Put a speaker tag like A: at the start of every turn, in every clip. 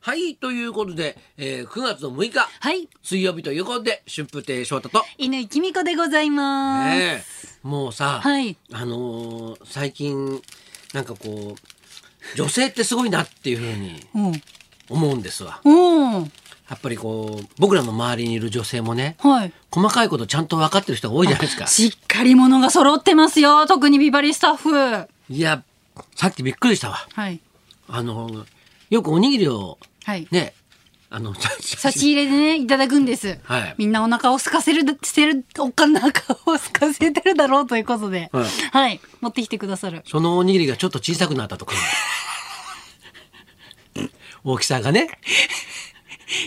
A: はい、ということで、えー、9月の6日、
B: はい、
A: 水曜日ということで、春風亭昇太と、
B: 犬井美子でございます。
A: ねえもうさ、
B: はい
A: あのー最近、なんかこう、女性ってすごいなっていうふうに
B: うん、
A: 思うんですわ。
B: うん、
A: やっぱりこう、僕らの周りにいる女性もね、
B: はい。
A: 細かいことちゃんと分かってる人が多いじゃないですか。
B: しっかりものが揃ってますよ。特にビバリースタッフ。はい
A: や、さっきびっくりしたわ。
B: い、
A: あのーよくおにぎりを、
B: はい。
A: ね、あ の、
B: 差し入れでね、いただくんです。
A: はい
B: みんなお腹を空かせる、してる、お腹を空かせてるだろうということで。
A: はい
B: はい、持ってきてくださる。
A: そのおにぎりがちょっと小さくな ったとか。大きさがね。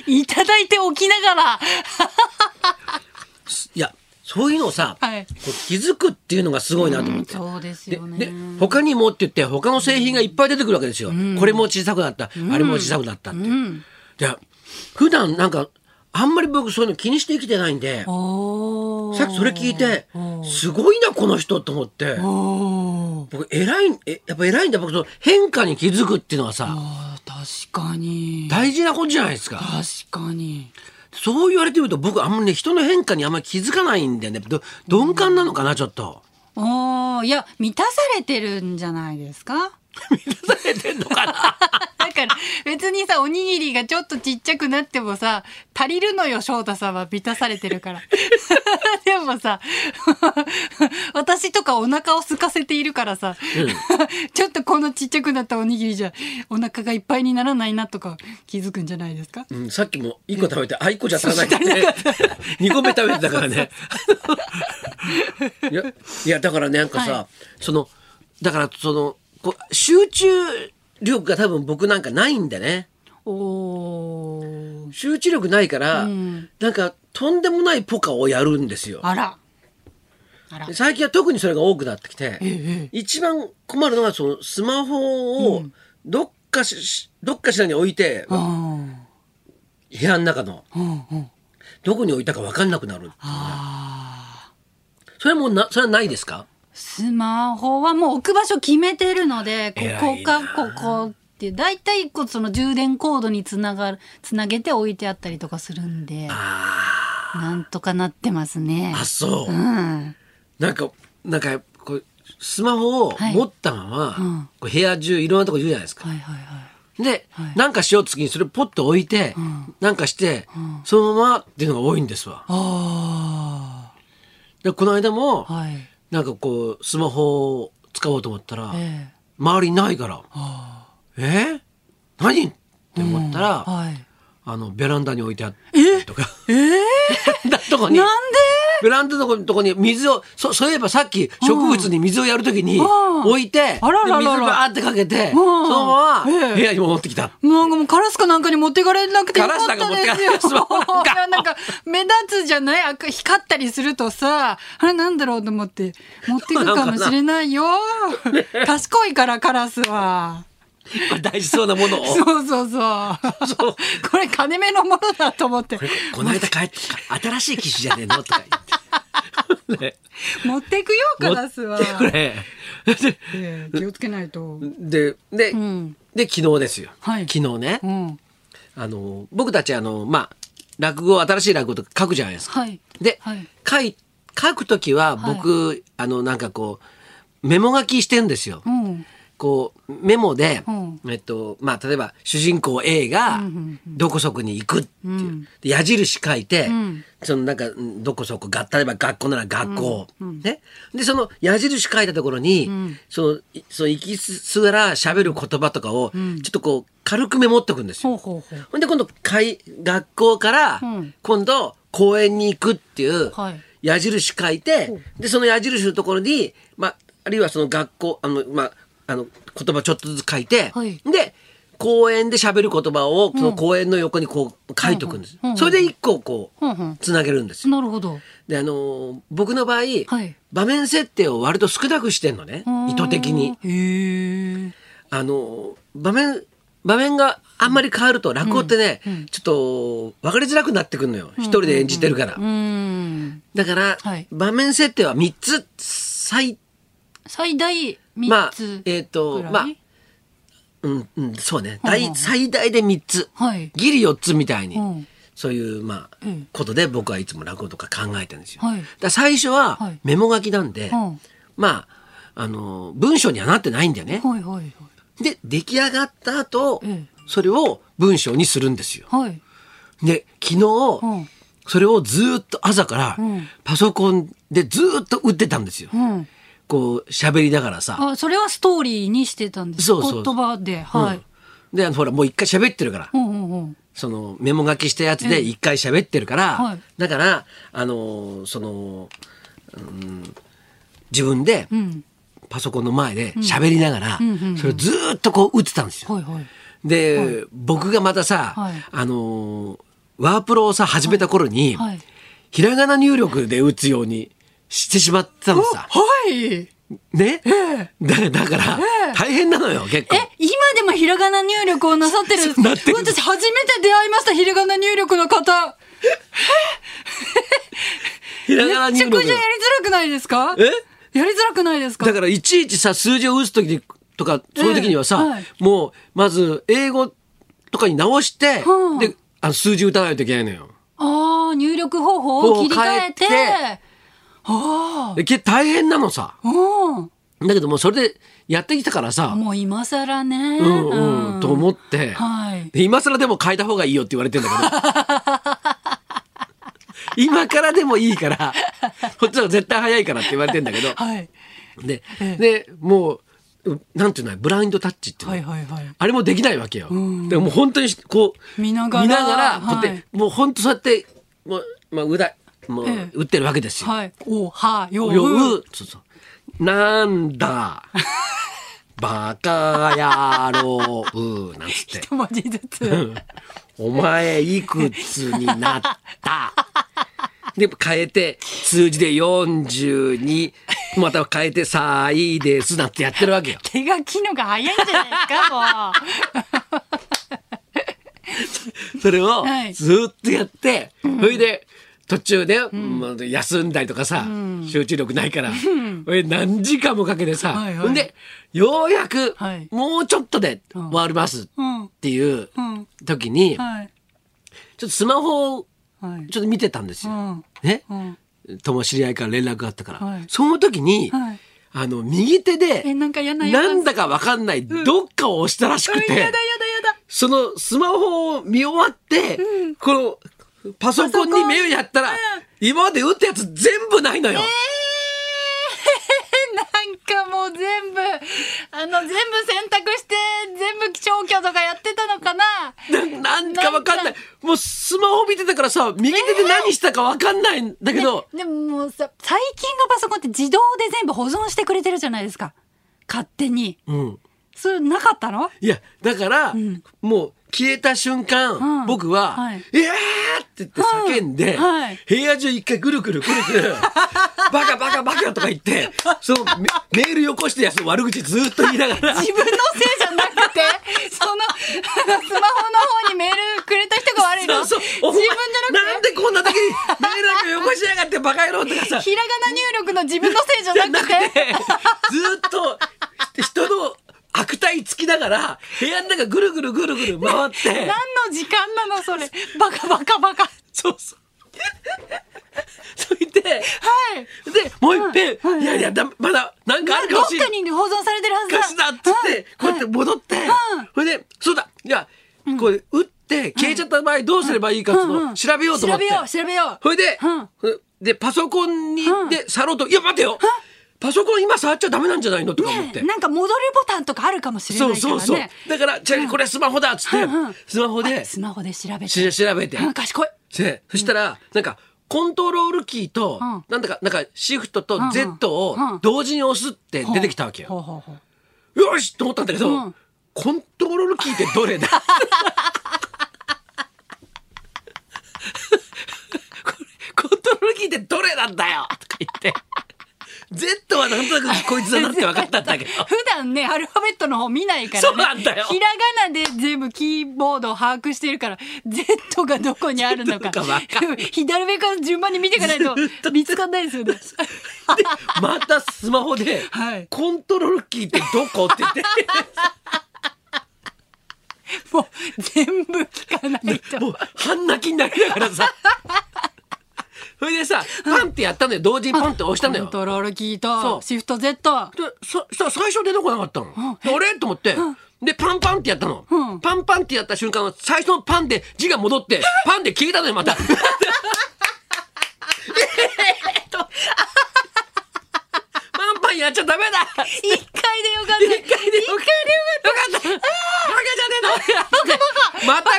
B: いただいておきながら。
A: いや、そういうのをさ、
B: はい
A: こう気づくっていうのがすごいなと思って。
B: そうです
A: で
B: よ
A: で
B: ね。
A: 他にもって言って他の製品がいっぱい出てくるわけですよ、これも小さくなった、あれも小さくなったっていう、じゃ普段なんかあんまり僕そういうの気にして生きてないんで
B: おー
A: さっきそれ聞いてすごいなこの人と思って
B: おー
A: 僕偉いえやっぱ偉いんだ僕その変化に気づくっていうのはさ
B: あー確かに。
A: 大事なことじゃないですか。
B: 確かに。
A: そう言われてみると僕あんまりね人の変化にあんまり気づかないんだよねど鈍感なのかなちょっと
B: おーいや満たされてるんじゃないで すか
A: されてんのかな
B: だから別にさおにぎりがちょっとちっちゃくなってもさ足りるのよ翔太さんは満たされてる からでもさ 私とかお腹を空かせているからさ、 ちょっとこのちっちゃくなったおにぎりじゃお腹がいっぱいにならないなとか気づくんじゃないですか
A: うん、さっきも1個食べてあ1個じゃ足らないってね2個目食べてたから ねいやいやだからねなんかさ、
B: は
A: そのだからそのこう集中力が多分僕なんかないんだね
B: おー
A: 集中力ないから、
B: うん
A: なんかとんでもないポカをやるんですよ
B: あらあら
A: で最近は特にそれが多くなってきて、
B: え
A: 一番困るのはそのスマホをどっかし、どっかしらに置いて
B: あー
A: 部屋の中の
B: うんうん
A: どこに置いたか分かんなくなる
B: あー
A: それはもうなそれはないですか
B: スマホはもう置く場所決めてるので、こ
A: 偉い
B: こ
A: な
B: かここって、だいたいこうその充電コードにつながる、つなげて置いてあったりとかするんで、
A: あ
B: なんとかなってますね
A: ー。あそう、
B: うん。
A: なんかなんかこうスマホを
B: はい
A: 持ったまま、
B: うん
A: こう部屋中いろんなとこいるじゃないですか
B: はいはいはい。
A: で、
B: はい
A: なんかしようときにそれポッと置いて、
B: ん
A: なんかして、そのままっていうのが多いんですわ
B: あ
A: でこの間も、
B: あ。はい。
A: なんかこうスマホを使おうと思ったら、
B: ええ。
A: 周りにないから
B: あ
A: えー何って思ったら、
B: あ。はい。
A: あのベランダに置いてあったとか
B: ええ
A: だとこ
B: なん
A: に
B: で
A: ベランダのとことこに水をそそういえばさっき植物に水をやるときに
B: うん
A: 置いて、
B: あらららら
A: で水をバーってかけて、
B: ん
A: そのまま
B: ええ
A: 部屋に戻ってきた。
B: なんかもうカラスかなんかに持っていかれなくてよかった
A: カラスなんか持ってかれ
B: ですよ。
A: スマホなんか
B: いや なんか目立つじゃない赤光ったりするとさ、あれなんだろうと思って持ってくかもしれな いよ。賢いからカラスは。
A: これ大事そうなものを。
B: そうそうそう。これ金目のものだと思って
A: この間帰ってきた新しい機種じゃねえのとか言って。ね
B: 持ってくよカラスは。
A: 持って くれ
B: ええ気をつけないと。
A: でで、
B: うん
A: で昨日ですよ、
B: はい
A: 昨日ね
B: うん
A: あの僕たちあのまあ落語新しい落語とか書くじゃないですか。
B: はい。
A: で、
B: はい
A: 書い書くときは僕、あのなんかこうメモ書きしてんですよ。
B: うん
A: こうメモで、
B: うん
A: えっとまあ、例えば主人公 A が
B: うんうん
A: どこそこに行くっていう、
B: うん
A: で矢印書いて、
B: うん
A: そのなんかうんどこそこが例えば学校なら学校、ね、でその矢印書いたところに、
B: ん
A: そのいその行きすがら喋る言葉とかをちょっとこう軽くメモっとくんですよ。
B: ほうほうほう。
A: ほんで今度かい学校から
B: うん
A: 今度公園に行くっていう
B: はい
A: 矢印書いて、でその矢印のところに、まあ、あるいはその学校あの、まあ、あの言葉ちょっとずつ書いて、
B: はい
A: で公園で喋る言葉をその公園の横にこう書いとくんです、
B: うんうんうん
A: それで一個こう
B: ほんほん。
A: つなげるんですよ。
B: なるほど。
A: であのー僕の場合、
B: はい
A: 場面設定を割と少なくしてんのね意図的に。
B: へえ。
A: あの場面場面があんまり変わると落語ってね、ちょっと分かりづらくなってくるのよ、一人で演じてるから、
B: うん。
A: だから、
B: はい
A: 場面設定は3つ最
B: 最大
A: ま
B: 三
A: あ
B: つ
A: えっ、と
B: ぐらい
A: まあうん、うん、そうね。大、最大で3つ。
B: はい
A: ギリ4つみたいに。
B: うん
A: そういう、まあ、
B: うん
A: ことで僕はいつも落語とか考えてるんですよ。
B: はい
A: だから最初は
B: はい
A: メモ書きなんで、
B: うん
A: まあ、あの、文章にはなってないんだよね。
B: はいはい
A: で、出来上がった後、
B: ええ
A: それを文章にするんですよ。
B: はいはい
A: で、昨日、
B: うん
A: それをずーっと朝から
B: うん
A: パソコンでずーっと打ってたんですよ。
B: うん
A: こう喋りながらさ。
B: あそれはストーリーにしてたんです
A: そうそう
B: 言葉ではい、
A: うんであのほらもう一回喋ってるから、
B: うんうんうん
A: そのメモ書きしたやつで
B: ええ
A: 一回喋ってるから、
B: はい
A: だからあのーその、うん自分で
B: うん
A: パソコンの前で喋りながら、
B: うんうんうん
A: それをずーっとこう打ってたんですよ。
B: はいはい
A: で、僕がまたさ、
B: はい
A: あのーワープロをさ始めた頃に、
B: はい
A: ひらがな入力で打つようにしてしまったのさ。
B: はい
A: ね、
B: え
A: だだから、大変なのよ結構
B: え。今でもひらがな入力をなさってる
A: なってる
B: 私初めて出会いましたひらがな入力の方
A: ひら
B: め
A: がな
B: ちゃ
A: 入
B: く
A: 力
B: ちゃやりづらくないですか
A: え
B: やりづらくないですか
A: だからいちいちさ数字を打つ時にとかそういう時にはさ、
B: ええはい
A: もうまず英語とかに直して、
B: はあ
A: であの数字打たないといけないのよ。
B: ああ入力方法を切り替えて
A: こう変
B: ああ
A: でけ大変なのさ。
B: うん
A: だけどもうそれでやってきたからさ、
B: もう今更ね
A: うんうんと思って、
B: はい
A: で今更でも変えた方がいいよって言われてんだ けど今からでもいいからこっちの方が絶対早いからって言われてんだけど
B: はい
A: で,、
B: ええ
A: でもううなんていうのブラインドタッチっていうの、
B: はいはいはい
A: あれもできないわけよ。でもう本当にこう
B: 見ながら
A: こうやって、
B: はい
A: もう本当そうやってもうまあうだもう
B: ええ
A: 打ってるわけですよ。
B: はいおはよ
A: よ
B: う
A: うそうそうなん だバカ野郎うなんつって
B: 一文字ずつ
A: お前いくつになったで変えて数字で42また変えて「さあいいです」なんてやってるわけよ。
B: 手書きのが早いんじゃないですかも う
A: それを
B: はい
A: ずーっとやって、それで途中で、まあ休んだりとかさ、集中力ないから、それで何時間もかけてさ、
B: はいはい
A: ほんでようやく、
B: はい
A: もうちょっとで終わりますっ
B: うん
A: ていう
B: うん
A: 時に、ちょっ
B: はい
A: とスマホを
B: はい
A: ちょっと見てたんです
B: う
A: よ。
B: ん
A: ね、
B: うん
A: とも知り合いから連絡があったから、
B: はい
A: その時に、
B: はい
A: あの右手で
B: えなんか嫌な予感
A: なんだかわかんない、どっかを押したらしく
B: うん
A: て。
B: やだやだやだ
A: そのスマホを見終わって、このパソコンに目をやったら、今まで打ったやつ全部ないのよ。
B: なんかもう全部あの全部選択して全部消去とかやってたのかな
A: ななんかわかんな
B: なん
A: い。もうスマホ見てたからさ、右手で何したかわかんないんだけど、
B: でももうさ最近のパソコンって自動で全部保存してくれてるじゃないですか勝手に
A: うん。
B: それなかったの
A: いや、だから、
B: ん
A: もう消えた瞬間、
B: うん
A: 僕は、
B: はい
A: えーって言って叫んで、
B: うんはい
A: 部屋中一回ぐるぐるぐるぐる、 バカバカバカとか言って、そのメメールよこしてやつの悪口ずーっと言いながら、
B: 自分のせいじゃなく てそのあのスマホの方にメールくれた人が悪いの
A: そうそう。お前
B: 自分じゃな
A: なん
B: くて
A: でこんな時にメールを汚しやがってバカ野郎とか さ。
B: ひらがな入力の自分のせいじゃ
A: じゃ な
B: なく
A: く
B: て
A: て、ずっと人の悪態つきながら、部屋の中ぐるぐるぐるぐる回って
B: 何、の時間なのそれバカバカバカは
A: そうそう。そいで、で、
B: い
A: もう一遍、
B: はいはい
A: いやいや、だまだ、なんかあるか
B: どっ
A: もしれな
B: か
A: い。
B: に保存されてるはずだ
A: かしだっつって、こうやって戻って、それで、そうだ、いや、これ、打って、消えちゃった場合どうすればいいかっていう
B: うん
A: の
B: う
A: を
B: ん
A: 調べようと思って。
B: 調べよう調べよう
A: それで、
B: うん
A: で、パソコンに、
B: うん
A: で、去ろうと、いや、待てよパソコン今触っちゃダメなんじゃないのとか思って。
B: ね、なんか戻るボタンとかあるかもしれない
A: そ
B: か
A: う
B: らね
A: そうそう。だから、じゃあこれスマホだっつって
B: うんうん、
A: スマホで、
B: スマホで調べて
A: し調べて。
B: うん賢い
A: でそしたら、なんか、コントロールキーと
B: うん、
A: なんだか、なんか、シフトと
B: うんうん
A: Z を
B: うん
A: 同時に押すって出てきたわけよ。
B: ほうほうほう
A: よしと思ったんだけど、
B: うん
A: コントロールキーってどれだこれコントロールキーってどれなんだよとか言って。Z はなんとなくこいつだなって分かったんだけど。
B: 普段ねアルファベットの方見ないからね
A: そうなんだよ
B: ひらがなで全部キーボードを把握してるから Z がどこにあるのか
A: Z がわかん
B: 左上から順番に見ていかないと見つかんないですよ ね
A: でまたスマホで、
B: はい
A: コントロールキーってどこって言って。
B: 全部聞かないと。
A: もう半泣きになりながらさ それでさパンってやったのよ同時にパンって押したの
B: コン
A: よ
B: トロールキー
A: そ
B: と
A: う
B: シフト Z。
A: でそしたら最初出てこなかったのであれと思ってでパンパンってやったの、
B: うん
A: パンパンってやった瞬間最初のパンで字が戻ってパンで消えたのよ また パンパンやっちゃダメだ
B: 一回でよかった。
A: 一回でよかった。よかった。バカじゃねえの。また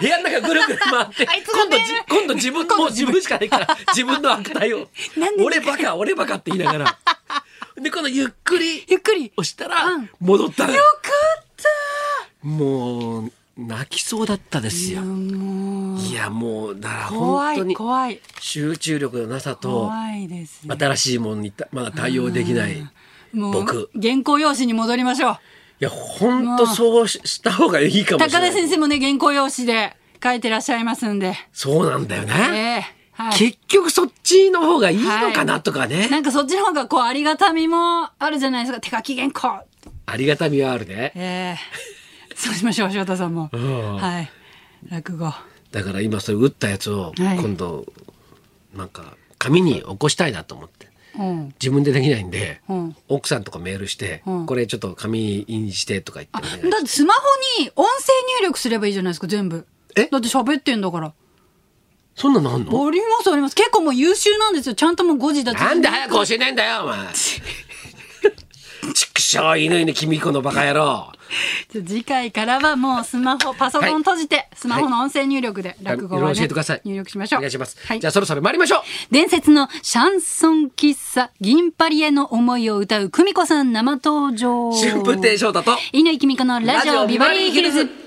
A: 部屋の中ぐるぐる回って
B: あいつ、が
A: 今度
B: ね
A: じ今度自分もう自分しかない から自分の悪態を
B: なん。で
A: 俺バカ俺バカって言いながら。でこのゆっくり
B: ゆっくり。よ
A: 押したら戻ったのよ。
B: か
A: もう泣きそうだったです
B: った。
A: よ。
B: もう
A: いやもうだから
B: 怖
A: 本当
B: い
A: に
B: 怖い
A: 集中力のなさと
B: 怖いですよ。
A: 新しいものにたまだ対応できない。
B: もう
A: 僕
B: 原稿用紙に戻りましょう。
A: いや本当そうしした方がいいかもしれ
B: 高
A: ない。
B: 田先生もね原稿用紙で書いてらっしゃいますんで。
A: そうなんだよ
B: え
A: ね。
B: えはい
A: 結局そっちの方がいいのかなとかね。
B: なんかそっちの方がこうありがたみもあるじゃないですか手書き原稿
A: ありがたみはあるね。
B: ええそうしましょう翔太さんも、
A: ん
B: はい落語
A: だから今それ打ったやつを
B: はい
A: 今度なんか紙に起こしたいなと思って。
B: うん
A: 自分でできないんで、
B: うん
A: 奥さんとかメールして、
B: うん
A: これちょっと紙にしてとか言ってお願い
B: だってスマホに音声入力すればいいじゃないですか全部
A: え
B: だって喋ってんだから
A: そんなのあんの
B: ありますあります結構もう優秀なんですよちゃんともう5時だって
A: なんで早く教えねえんだよお前畜生犬犬君子のバカ野郎
B: じゃあ次回からはもうスマホパソコン閉じてスマホの音声入力で落語
A: いろ
B: はい
A: ろ教
B: ね
A: えてください
B: 入力しましょ
A: お
B: う
A: 願いします、
B: はい
A: じゃあそろそろ参りましょう
B: 伝説のシャンソン喫茶銀パリへの思いを歌う久美子さん生登場
A: 春風亭昇太と
B: 犬井君子のラジオビバリーヒルズ